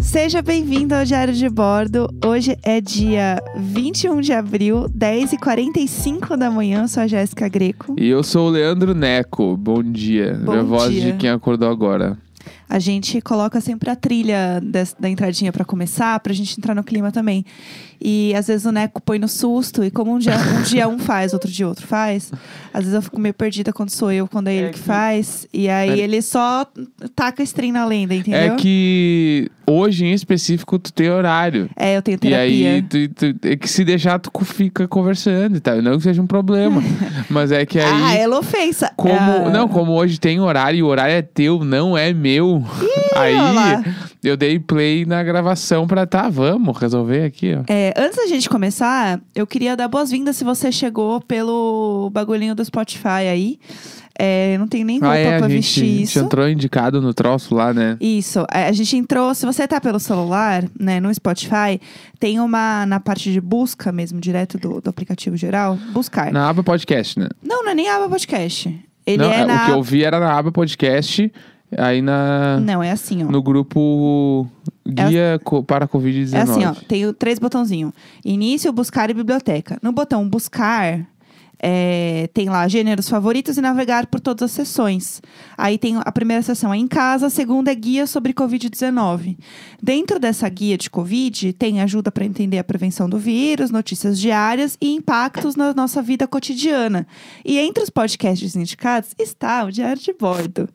Seja bem-vindo ao Diário de Bordo. Hoje é dia 21 de abril, 10h45 da manhã. Eu sou a Jéssica Greco. E eu sou o Leandro Neco. Bom dia. Bom Minha voz dia. de quem acordou agora. A gente coloca sempre a trilha des- da entradinha pra começar, pra gente entrar no clima também. E às vezes o Neco põe no susto, e como um dia um, dia um faz, outro dia outro faz, às vezes eu fico meio perdida quando sou eu, quando é ele É que que- faz. E aí ele só taca stream na lenda, entendeu? É que hoje em específico tu tem horário. É, eu tenho E terapia. aí, tu, tu- é que se deixar, tu co- fica conversando e tal. Não que seja um problema. mas é que aí. Ah, ela ofensa. Como, Ah. Não, como hoje tem horário e o horário é teu, não é meu. aí olha lá. eu dei play na gravação pra tá, vamos resolver aqui, ó. É, antes da gente começar, eu queria dar boas-vindas se você chegou pelo bagulhinho do Spotify aí. É, eu não tenho nem roupa ah, é, pra a gente, vestir a gente isso. entrou indicado no troço lá, né? Isso, é, a gente entrou. Se você tá pelo celular, né, no Spotify, tem uma na parte de busca mesmo, direto do, do aplicativo geral, buscar. Não. Na aba podcast, né? não, é nem aba podcast. Ele Não, é, é, na. O que eu vi era na aba podcast, aí na, Não, é assim, ó. no grupo Guia co- para Covid-19. É assim, ó, tem o- três botãozinhos. Início, buscar e biblioteca. No botão buscar, é, tem lá gêneros favoritos e navegar por todas as sessões. Aí tem a primeira sessão é em casa, a segunda é guia sobre Covid-19. Dentro dessa guia de Covid, tem ajuda para entender a prevenção do vírus, notícias diárias e impactos na nossa vida cotidiana. E entre os podcasts indicados está o Diário de Bordo.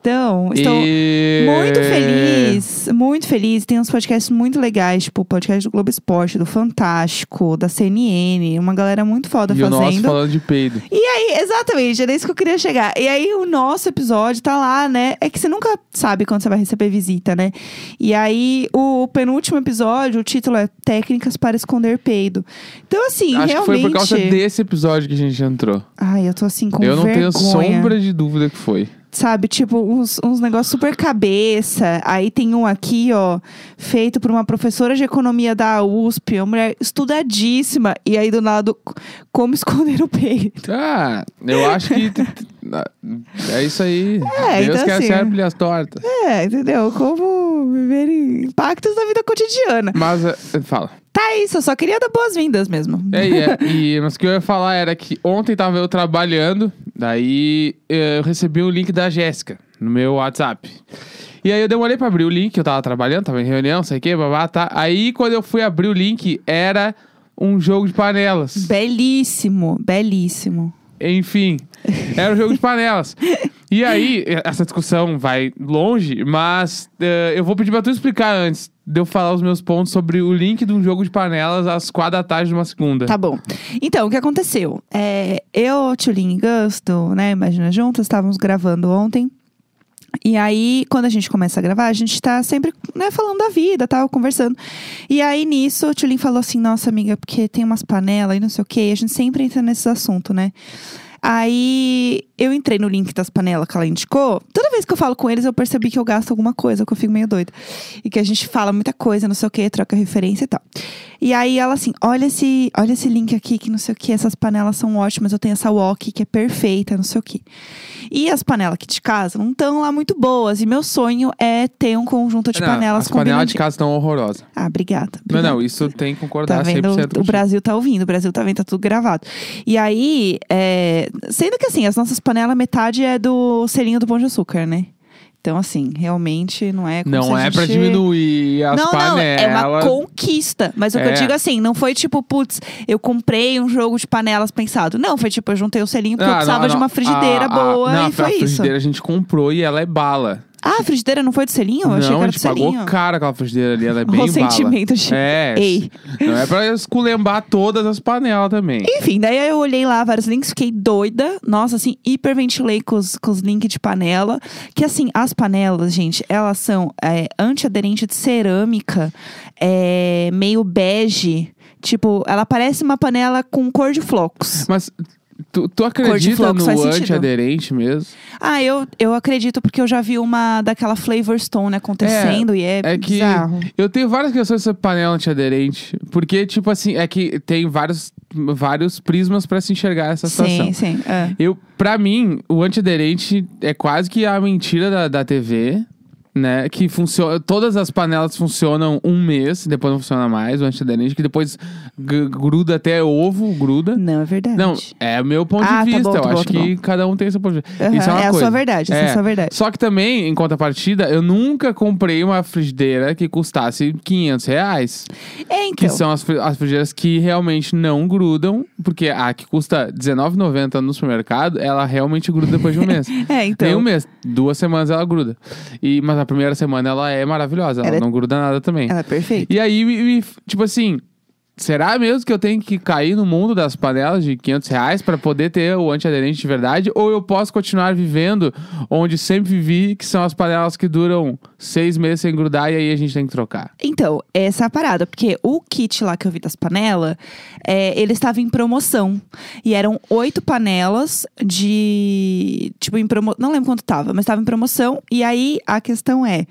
Então, estou... E- Muito feliz, muito feliz. Tem uns podcasts muito legais, tipo o podcast do Globo Esporte, do Fantástico, da CNN, uma galera muito foda E o nosso fazendo. falando de peido. E aí, exatamente, era isso que eu queria chegar. E aí, o nosso episódio tá lá, né? É que você nunca sabe quando você vai receber visita, né? E aí, o penúltimo episódio, o título é Técnicas para Esconder Peido. Então, assim, Acho que foi realmente. por causa desse episódio que a gente entrou. Ai, eu tô assim com eu não vergonha. tenho sombra de dúvida que foi. Sabe, tipo, uns, uns negócios super cabeça. Aí tem um aqui, ó, feito por uma professora de economia da USP, uma mulher estudadíssima. E aí, do lado, c- como esconder o peito. Ah, eu acho que. t- t- é isso aí. É, Deus então quer assim- sempre as tortas. É, entendeu? Como viver em impactos da vida cotidiana. Mas, eh, fala. Tá isso, eu só queria dar boas-vindas mesmo. É, e, é, e- mas o que eu ia falar era que ontem tava eu trabalhando, daí eh, eu recebi o link da Jéssica no meu WhatsApp. E aí eu demorei pra abrir o link, eu tava trabalhando, tava em reunião, sei o que, babá, tá. Aí quando eu fui abrir o link, era um jogo de panelas. Belíssimo, belíssimo. Enfim, era um jogo de panelas. E aí, eh, essa discussão vai longe, mas eh, eu vou pedir pra tu explicar antes de eu falar os meus pontos sobre o link de um jogo de panelas às quatro da tarde de uma segunda. Tá bom. Então, o que aconteceu? É, eu, Tulin e Gus, do, né, Imagina Juntas, estávamos gravando ontem. E aí, quando a gente começa a gravar, a gente tá sempre, né, falando da vida, tal, conversando. E aí, nisso, o Tulin falou assim, nossa, amiga, porque tem umas panelas e não sei o quê. E a gente sempre entra nesses assuntos, né? Aí, eu entrei no link das panelas que ela indicou. Toda vez que eu falo com eles, eu percebi que eu gasto alguma coisa, que eu fico meio doida. E que a gente fala muita coisa, não sei o quê, troca referência e tal. E aí ela assim, olha esse, olha esse link aqui, que não sei o que, essas panelas são ótimas, eu tenho essa wok que é perfeita, não sei o que. E as panelas aqui de casa não estão lá muito boas. E meu sonho é ter um conjunto de Não, panelas as panelas de combinadinhas. casa estão horrorosas. Ah, obrigada. Não, obrigada. não, isso tem que Tá concordar vendo? 100% O contigo. Brasil tá ouvindo, o Brasil tá vendo, tá tudo gravado. E aí, é, sendo que assim, as nossas panelas, metade é do selinho do Pão de Açúcar, né? Então, assim, realmente não é como se Não a é gente... pra diminuir as não, não, panelas. é uma conquista. Mas o que eu É. digo assim, não foi tipo, putz, eu comprei um jogo de panelas pensado. Não, foi tipo, eu juntei o selinho porque Ah, eu não, precisava de não, uma frigideira a- a- boa não, e foi a isso. frigideira a gente comprou e ela é bala. Ah, a frigideira não foi do selinho? Eu achei que não, a era do gente pagou selinho. cara aquela frigideira ali, ela é O bem sentimento bala. de- É, Ei. não é pra esculembar todas as panelas também. Enfim, daí eu olhei lá vários links, fiquei doida. Nossa, assim, hiperventilei com os, com os links de panela. Que assim, as panelas, gente, elas são é, antiaderente de cerâmica, é, meio bege. Tipo, ela parece uma panela com cor de flocos. Mas tu, tu de acredita flocos faz no sentido. antiaderente mesmo? Ah, eu, eu acredito porque eu já vi uma daquela Flavor Stone né, acontecendo e é, É que bizarro. eu tenho várias questões sobre panela antiaderente. Porque, tipo assim, é que tem vários, vários prismas pra se enxergar essa situação. Sim, sim. é. Eu, pra mim, o antiaderente é quase que a mentira da, da TV. né? Que funciona. Todas as panelas funcionam um mês, depois não funciona mais, o antiaderente, que depois g- gruda até ovo, gruda. Não, é verdade. Não, é o meu ponto Ah, tá de vista. bom, tá eu bom, acho tá que cada um tem seu ponto de vista. Aham, Isso é uma é a coisa. sua verdade, essa é a sua verdade. Só que também, em contrapartida, eu nunca comprei uma frigideira que custasse 500 reais. É, Que então. são as, fri- as frigideiras que realmente não grudam, porque a que custa R$19,90 no supermercado, ela realmente gruda depois de um mês. É, então. Tem um mês, duas semanas ela gruda. E, mas a primeira semana ela é maravilhosa, ela, Ela é- não gruda nada também. Ela é perfeita. E aí, me- me- tipo assim, será mesmo que eu tenho que cair no mundo das panelas de 500 reais para poder ter o antiaderente de verdade? Ou eu posso continuar vivendo onde sempre vivi, que são as panelas que duram seis meses sem grudar e aí a gente tem que trocar? Então, essa é a parada, porque o kit lá que eu vi das panelas, é, ele estava em promoção. E eram oito panelas de. Tipo, em promoção. Não lembro quanto tava, mas estava em promoção. E aí a questão é.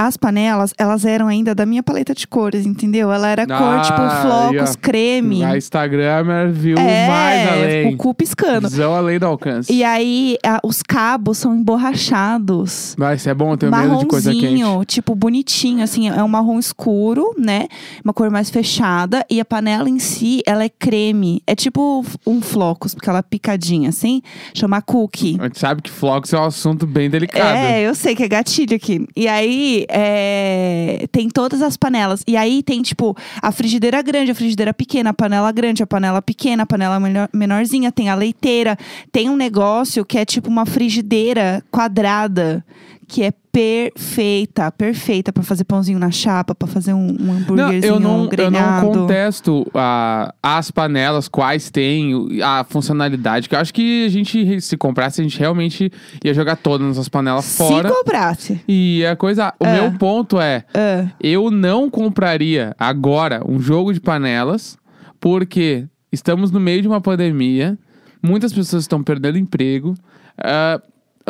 As panelas, elas eram ainda da minha paleta de cores, entendeu? Ela era cor, Ah, tipo, flocos, aí, ó. creme. A Instagramer viu é, mais além. o cu piscando. Visão além do alcance. E aí, a- os cabos são emborrachados Mas isso é bom, eu tenho medo de coisa quente. marronzinho, tipo bonitinho, assim, é um marrom escuro, né? Uma cor mais fechada e a panela em si, ela é creme, é tipo um flocos, porque ela é picadinha, assim, chama cookie. A gente sabe que flocos é um assunto bem delicado. É, eu sei que é gatilho aqui. E aí, é, tem todas as panelas. E aí tem, tipo, a frigideira grande, a frigideira pequena, a panela grande, a panela pequena, a panela menor- menorzinha, tem a leiteira. Tem um negócio que é tipo uma frigideira quadrada, que é perfeita, perfeita pra fazer pãozinho na chapa, pra fazer um, um Não, hambúrguerzinho eu não, eu não grelhado. contesto ah, as panelas, quais tem, a funcionalidade. Que eu acho que a gente, se comprasse, a gente realmente ia jogar todas as panelas fora. Se comprasse. E a coisa. O É. meu ponto é: ah, eu não compraria agora um jogo de panelas, porque estamos no meio de uma pandemia, muitas pessoas estão perdendo emprego, ah,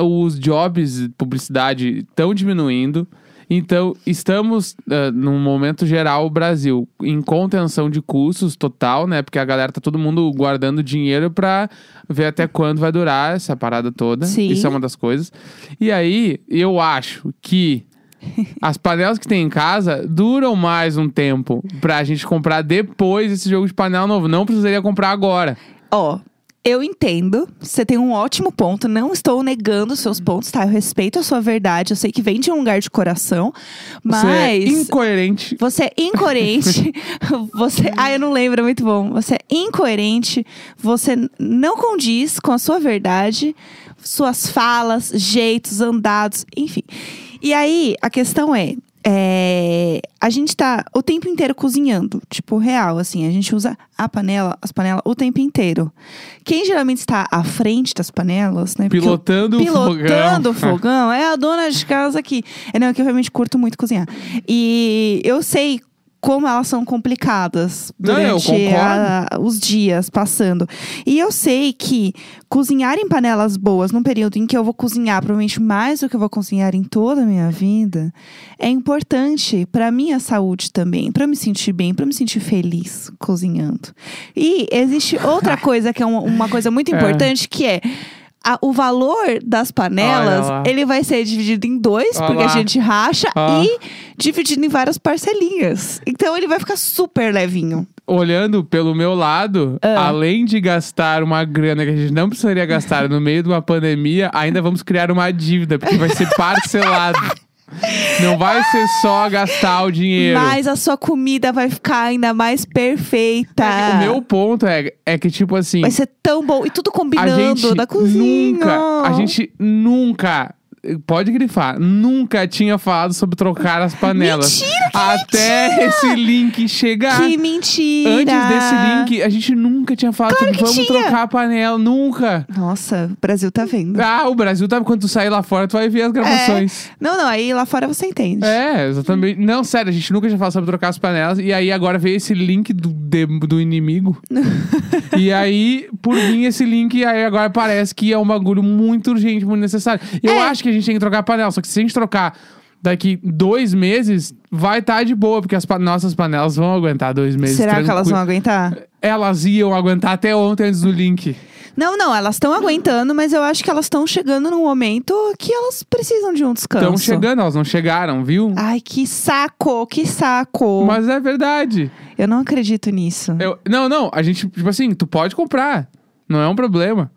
os jobs de publicidade estão diminuindo. Então, estamos ah, num momento geral, o Brasil, em contenção de custos total, né? Porque a galera tá todo mundo guardando dinheiro pra ver até quando vai durar essa parada toda. Sim. Isso é uma das coisas. E aí, eu acho que as panelas que tem em casa duram mais um tempo pra gente comprar depois esse jogo de panela novo. Não precisaria comprar agora. Ó, eu entendo. Você tem um ótimo ponto. Não estou negando os seus pontos, tá? Eu respeito a sua verdade. Eu sei que vem de um lugar de coração. Mas. Você é incoerente. Você é incoerente. você. Ah, eu não lembro, é muito bom. Você é incoerente. Você n- não condiz com a sua verdade, suas falas, jeitos, andados, enfim. E aí, a questão é. é, a gente tá o tempo inteiro cozinhando, tipo, real, assim. A gente usa a panela, as panelas, o tempo inteiro. Quem geralmente está à frente das panelas, né? porque o- Pilotando, pilotando o fogão. o fogão. É a dona de casa aqui. É, não, é que eu realmente curto muito cozinhar. E eu sei como elas são complicadas Não, eu durante concordo. a- ah, os dias passando. E eu sei que cozinhar em panelas boas, num período em que eu vou cozinhar provavelmente mais do que eu vou cozinhar em toda a minha vida, é importante para minha saúde também, para me sentir bem, para me sentir feliz cozinhando. E existe outra coisa que é uma, uma coisa muito É. importante que é a- o valor das panelas, Olha lá. ele vai ser dividido em dois, Olha porque lá. a gente racha, Ó. e dividido em várias parcelinhas. Então ele vai ficar super levinho. Olhando pelo meu lado, Ah. além de gastar uma grana que a gente não precisaria gastar no meio de uma pandemia, ainda vamos criar uma dívida, porque vai ser parcelado. não vai ser só gastar o dinheiro. Mas a sua comida vai ficar ainda mais perfeita. O meu ponto é, é que, tipo assim. Vai ser tão bom. E tudo A combinando gente da cozinha. nunca, a gente nunca, pode grifar, nunca tinha falado sobre trocar as panelas. Mentira, que Até mentira! esse link chegar. Que mentira! Antes desse link, a gente nunca tinha falado Claro sobre que vamos tinha! trocar a panela, nunca. Nossa, o Brasil tá vendo. Ah, o Brasil tá quando tu sair lá fora, tu vai É. ver as gravações. Não, não, aí lá fora você entende. É, exatamente. Não, sério, a gente nunca tinha falado sobre trocar as panelas. E aí agora veio esse link do, de- do inimigo. e aí, por vir esse link, aí agora parece que é um bagulho muito urgente, muito necessário. Eu É. acho que a gente tem que trocar a panela, só que se a gente trocar daqui dois meses, vai estar de boa, porque as pa- nossas panelas vão aguentar dois meses. Será que elas tranquilo. vão aguentar? Elas iam aguentar até ontem antes do link. Não, não, elas estão aguentando, mas eu acho que elas estão chegando num momento que elas precisam de um descanso. Estão chegando, elas não chegaram, viu? Ai, que saco, que saco. Mas é verdade. Eu não acredito nisso. Eu- não, não, a gente, tipo assim, tu pode comprar. Não é um problema.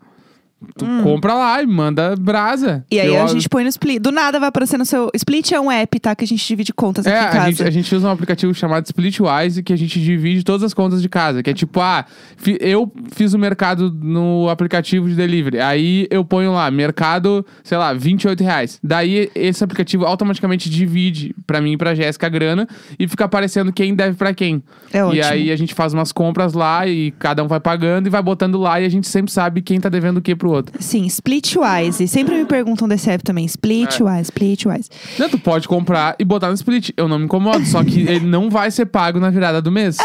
Tu compra lá e manda brasa. Hum. E aí Eu- a gente põe no Split. Do nada vai aparecer no seu. Split é um app, tá? Que a gente divide contas É, aqui em casa. a gente, a gente usa um aplicativo chamado Splitwise que a gente divide todas as contas de casa. Que é tipo, ah, fi- eu fiz o mercado no aplicativo de delivery. Aí eu ponho lá, mercado, sei lá, 28 reais. Daí esse aplicativo automaticamente divide pra mim e pra Jéssica a grana e fica aparecendo quem deve pra quem. É E ótimo. aí a gente faz umas compras lá e cada um vai pagando e vai botando lá e a gente sempre sabe quem tá devendo o que pro outro. Sim, Splitwise. Sempre me perguntam desse app também. Splitwise, Splitwise. Não, tu pode comprar e botar no split. Eu não me incomodo, só que ele não vai ser pago na virada do mês.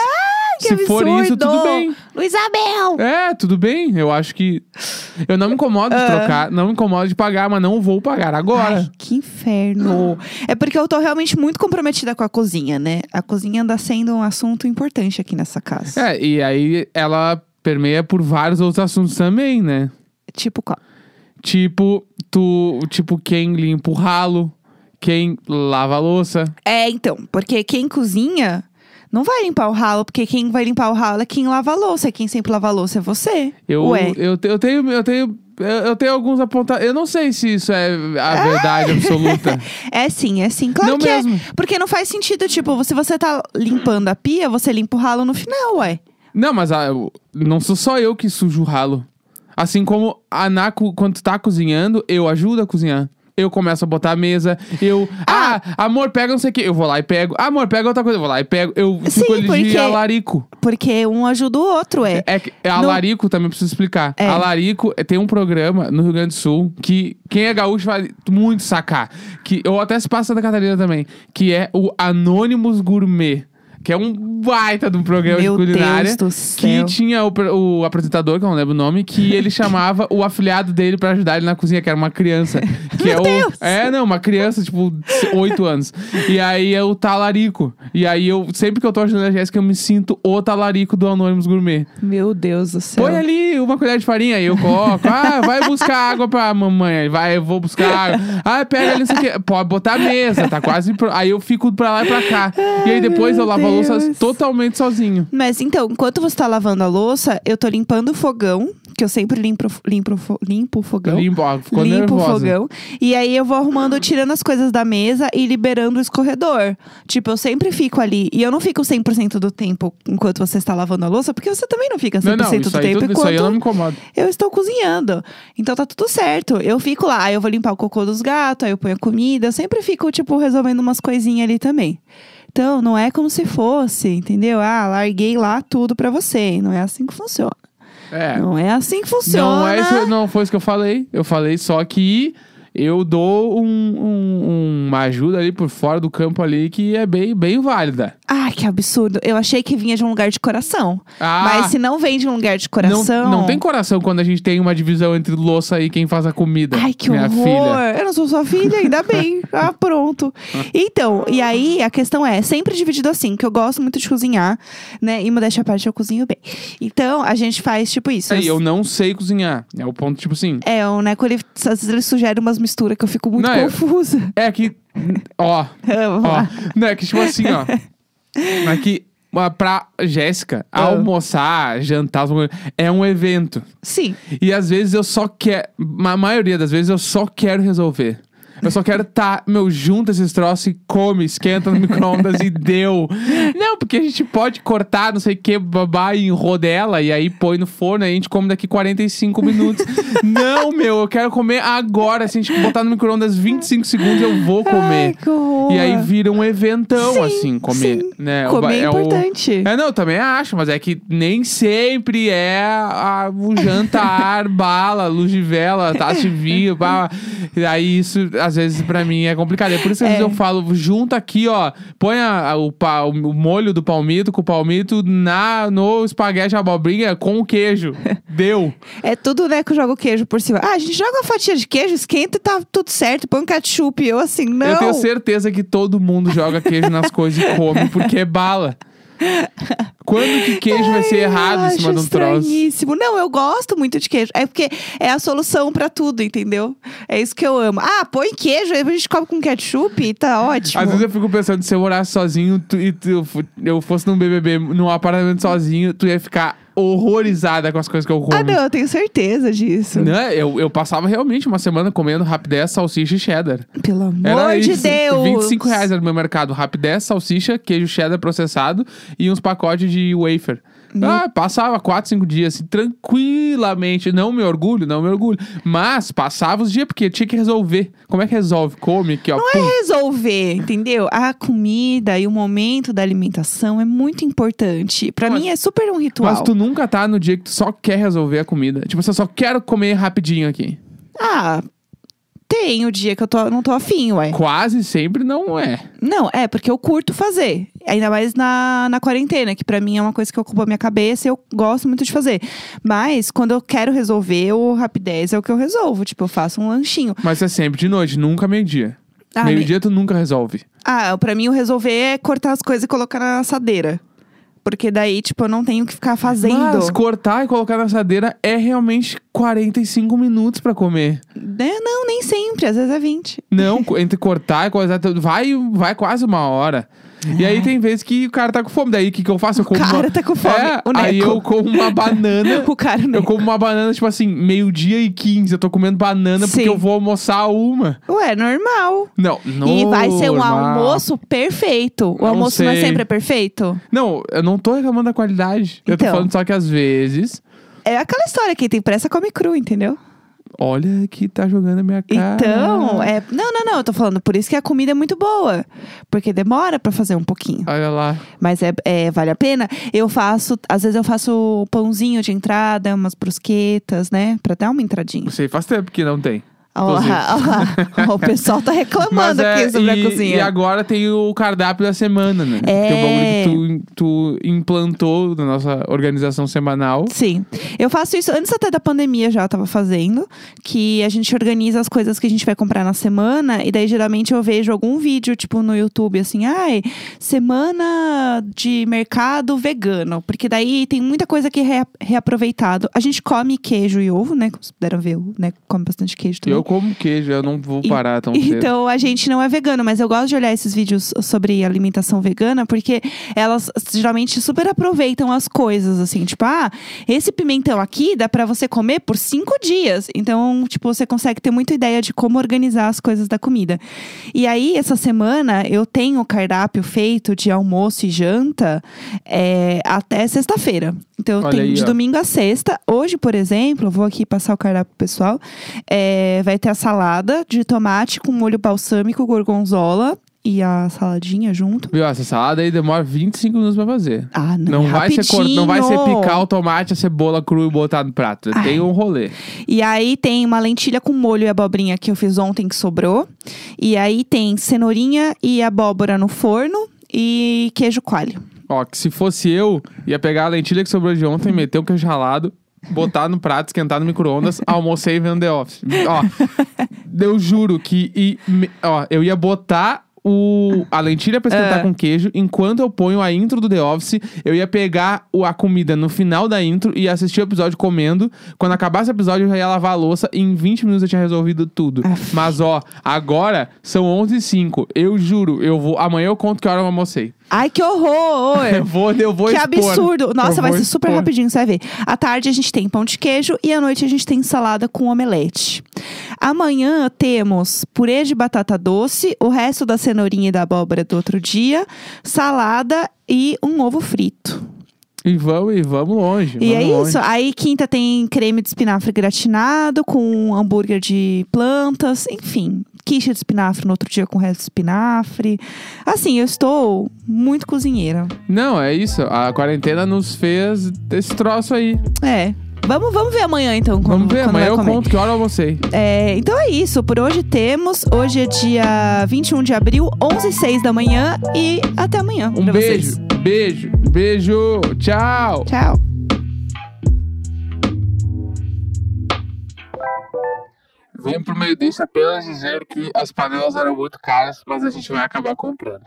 Que Se for isso, absurdo! tudo bem. Luizabel! É, tudo bem. Eu acho que. Eu não me incomodo de trocar, não me incomodo de pagar, mas não vou pagar agora. É. Ai, que inferno. É porque eu tô realmente muito comprometida com a cozinha, né? A cozinha anda sendo um assunto importante aqui nessa casa. É, e aí ela permeia por vários outros assuntos também, né? Tipo qual? Tipo, tu. Tipo, quem limpa o ralo, quem lava a louça. É, então, porque quem cozinha não vai limpar o ralo, porque quem vai limpar o ralo é quem lava a louça, quem sempre lava a louça é você. Eu, Ué. eu, te- eu tenho. Eu tenho. Eu eu tenho alguns apontados. Eu não sei se isso é a verdade absoluta. É sim, é sim. Claro Não que mesmo. é. Porque não faz sentido, tipo, se você tá limpando a pia, você limpa o ralo no final, ué. Não, mas ah, eu- não sou só eu que sujo o ralo. Assim como a Naco, quando tu tá cozinhando, eu ajudo a cozinhar. Eu começo a botar a mesa, eu. Ah, amor, pega não sei o que. Eu vou lá e pego. amor, pega outra coisa. Eu vou lá e pego. Eu Sim, fico ali de porque- alarico. Porque um ajuda o outro, ué. É, que- é alarico também preciso explicar. É. Alarico é, tem um programa no Rio Grande do Sul que quem é gaúcho vai muito sacar. Que, ou até se passa Santa Catarina também. Que é o Anônimos Gourmet. Que é um baita de um programa Meu de culinária. Deus do Que céu. tinha o, pre- o apresentador, que eu não lembro o nome, que ele chamava o afilhado dele pra ajudar ele na cozinha, que era uma criança. Que é o. Deus! É, não, uma criança, tipo, 8 anos. E aí é o talarico. E aí eu, sempre que eu tô ajudando a Jéssica, eu me sinto o talarico do Anônimos Gourmet. Meu Deus do céu. Põe ali uma colher de farinha, aí eu coloco. Ah, vai buscar água pra mamãe. Aí Vai, eu vou buscar água. Ah, pega ali, não sei o quê. Pode botar a mesa, tá quase. pro- Aí eu fico pra lá e pra cá. e aí depois meu eu lavo a louça Deus. totalmente sozinho. Mas então, enquanto você tá lavando a louça, eu tô limpando o fogão, que eu sempre limpo, limpo, o fo- limpo o fogão. Limpo, ó, ficou limpo o nervosa. fogão. E aí eu vou arrumando, tirando as coisas da mesa e liberando o escorredor. Tipo, eu sempre fico ali. E eu não fico 100% do tempo enquanto você está lavando a louça, porque você também não fica 100% Não, não, do isso aí, tempo tudo, isso enquanto aí eu não me incomodo. eu estou cozinhando. Então tá tudo certo. Eu fico lá, aí eu vou limpar o cocô dos gatos, aí eu ponho a comida. Eu sempre fico, tipo, resolvendo umas coisinhas ali também. Então, não é como se fosse, entendeu? Ah, larguei lá tudo pra você. Não é assim que funciona. É. Não é assim que funciona. Não, é isso, não foi isso que eu falei. Eu falei só que eu dou um- um- uma ajuda ali por fora do campo ali que é bem, bem válida. Ai, que absurdo. Eu achei que vinha de um lugar de coração. Ah, Mas se não vem de um lugar de coração. Não, não tem coração quando a gente tem uma divisão entre louça e quem faz a comida. Ai, que minha horror! filha. Eu não sou sua filha, ainda bem. Ah, pronto. Então, e aí a questão é, sempre dividido assim, que eu gosto muito de cozinhar, né? E modéstia à parte, eu cozinho bem. Então, a gente faz tipo isso. É, e eu não sei cozinhar. É o ponto, tipo assim. É, o Neco, ele, às vezes ele sugere umas misturas que eu fico muito Não, eu- confusa. Ah, É que. Ó, Vamos ó. lá. Não, é que tipo assim, ó. É que ah, pra Jéssica, Ah. almoçar, jantar, alguma coisa, é um evento. Sim. E às vezes eu só quero. A maioria das vezes eu só quero resolver. Eu só quero tá, meu, junta esses troços e come, esquenta no micro-ondas e deu. Não, porque a gente pode cortar, não sei o que, babá em rodela e aí põe no forno e a gente come daqui 45 minutos. não, meu, eu quero comer agora. Se a gente botar no micro-ondas 25 segundos, eu vou Ai, comer. que horror. e aí vira um eventão, Sim, assim, comer. sim. Né? O ba- Comer é, é o- importante. é, não, eu também acho, mas é que nem sempre é a- o jantar, bala, luz de vela, taça de vinho, pá. E aí isso, às vezes, pra mim é complicado. É por isso que às É. vezes eu falo, junta aqui, ó, põe a- a- o, pa- o molho do palmito com o palmito na, no espaguete abobrinha com o queijo. Deu. É tudo, né, que eu jogo queijo por cima. Ah, a gente joga uma fatia de queijo, esquenta e tá tudo certo. Põe um ketchup. Eu assim, não. Eu tenho certeza que todo mundo joga queijo nas coisas e come, porque é bala. Quando que queijo vai ser Ai, errado eu em cima acho de um troço? estranhíssimo. Não, eu gosto muito de queijo. É porque é a solução pra tudo, entendeu? É isso que eu amo. Ah, põe queijo, aí a gente come com ketchup e tá ótimo. Às vezes eu fico pensando, se eu morasse sozinho tu- e tu- eu fu- eu fosse num BBB, num apartamento sozinho, tu ia ficar horrorizada com as coisas que eu como. Ah, não, eu tenho certeza disso. Né? Eu, eu passava realmente uma semana comendo rapidez, salsicha e cheddar. Pelo amor Era de isso. Deus. 25 reais era no meu mercado. Rapidez, salsicha, queijo cheddar processado e uns pacotes de wafer. Ah, passava 4, 5 dias, assim, tranquilamente. Não me orgulho, não me orgulho. Mas passava os dias, porque tinha que resolver. Como é que resolve? Come aqui, ó. Não pum. é resolver, entendeu? A comida e o momento da alimentação é muito importante. Pra Mas- mim é super um ritual. Mas tu nunca tá no dia que tu só quer resolver a comida. Tipo, assim, eu só quero comer rapidinho aqui. Ah, tem o dia que eu tô, não tô afim, ué. Quase sempre não é. Não, é porque eu curto fazer. Ainda mais na, na quarentena, que pra mim é uma coisa que ocupa a minha cabeça e eu gosto muito de fazer. Mas quando eu quero resolver, o rapidez é o que eu resolvo. Tipo, eu faço um lanchinho. Mas é sempre de noite, nunca meio-dia. Ah, me- meio-dia tu nunca resolve. Ah, pra mim o resolver é cortar as coisas e colocar na assadeira. Porque daí, tipo, eu não tenho que ficar fazendo. Mas cortar e colocar na assadeira é realmente 45 minutos pra comer. Né? Não, nem sempre. Às vezes é 20. Não, co- entre cortar e coisar, tu- vai, vai quase uma hora. E aí tem vezes que o cara tá com fome. Daí o que, que eu faço? Eu como É. O cara uma... tá com fome, É, o aí Neco. eu como uma banana. o cara eu não. como uma banana, tipo assim, meio-dia e 15. Eu tô comendo banana Sim. porque eu vou almoçar uma. Ué, normal. Não, não. E vai ser um normal. almoço perfeito. O Não almoço não é sei. sempre perfeito? Não, eu não tô reclamando da qualidade. Eu tô Então. falando só que às vezes. É aquela história, quem tem pressa come cru, entendeu? Olha que tá jogando a minha cara. Então, é... Não, não, não, eu tô falando, por isso que a comida é muito boa. Porque demora pra fazer um pouquinho. Olha lá. Mas é, é- vale a pena. Eu faço, às vezes eu faço pãozinho de entrada, umas brusquetas, né? Pra dar uma entradinha. Não sei, faz tempo que não tem. Olha lá, olha lá. Ó, O pessoal tá reclamando é, aqui sobre e, a cozinha. E agora tem o cardápio da semana, né? É. Tem o bagulho que tu, tu implantou na nossa organização semanal. Sim. Eu faço isso antes até da pandemia já eu tava fazendo, que a gente organiza as coisas que a gente vai comprar na semana e daí geralmente eu vejo algum vídeo tipo no YouTube assim, ai, semana de mercado vegano, porque daí tem muita coisa que é rea- reaproveitado. A gente come queijo e ovo, né? Como vocês puderam ver, eu, né, come bastante queijo também. Eu como queijo, eu não vou E- parar tão cedo. Então a gente não é vegano, mas eu gosto de olhar esses vídeos sobre alimentação vegana porque elas geralmente super aproveitam as coisas, assim, tipo, ah, esse pimentão aqui dá pra você comer por cinco dias. Então, tipo, você consegue ter muita ideia de como organizar as coisas da comida. E aí, essa semana, eu tenho o cardápio feito de almoço e janta é, até sexta-feira. Então, eu Olha tenho aí, de ó. domingo a sexta. Hoje, por exemplo, eu vou aqui passar o cardápio pro pessoal. É, vai ter a salada de tomate com molho balsâmico, gorgonzola e a saladinha junto. Viu, essa salada aí demora 25 minutos pra fazer. Ah, não, Não é vai, ser cor- não vai ser rapidinho. picar o tomate, a cebola crua e botar no prato. Ai. Tem um rolê. E aí tem uma lentilha com molho e abobrinha que eu fiz ontem que sobrou. E aí tem cenourinha e abóbora no forno e queijo coalho. Ó, que se fosse eu, ia pegar a lentilha que sobrou de ontem, meter um queijo ralado, botar no prato, esquentar no micro-ondas, almocei e vendo The Office. Ó, eu juro que. E, me- ó, eu ia botar. O, a lentilha pra esquentar com queijo. Enquanto eu ponho a intro do The Office, eu ia pegar o- a comida no final da intro e assistir o episódio comendo. Quando acabasse o episódio, eu já ia lavar a louça e em 20 minutos eu tinha resolvido tudo. Aff. Mas ó, agora são 11h05. Eu juro, eu vou. Amanhã eu conto que hora eu almocei. Ai, que horror! Eu vou, eu vou É. Que expor. absurdo! Nossa, Eu vai vou ser super expor. rapidinho, você vai ver. À tarde a gente tem pão de queijo e à noite a gente tem salada com omelete. Amanhã temos purê de batata doce, o resto da cenourinha e da abóbora do outro dia, salada e um ovo frito. E vamos, e vamos longe. E é vamos longe. isso. Aí quinta tem creme de espinafre gratinado com hambúrguer de plantas, enfim. Quiche de espinafre no outro dia com resto de espinafre. Assim, eu estou muito cozinheira. Não, é isso. A quarentena nos fez esse troço aí. É. Vamos, vamos ver amanhã então. Quando, vamos ver, quando amanhã vai eu comer. conto que hora eu almocei. É, então é isso. Por hoje temos. Hoje é dia 21 de abril, 11 e 06 da manhã. E até amanhã. Um pra beijo, Vocês. beijo, beijo. Tchau. Tchau. Venho por meio disso apenas dizer que as panelas eram muito caras, mas a gente vai acabar comprando.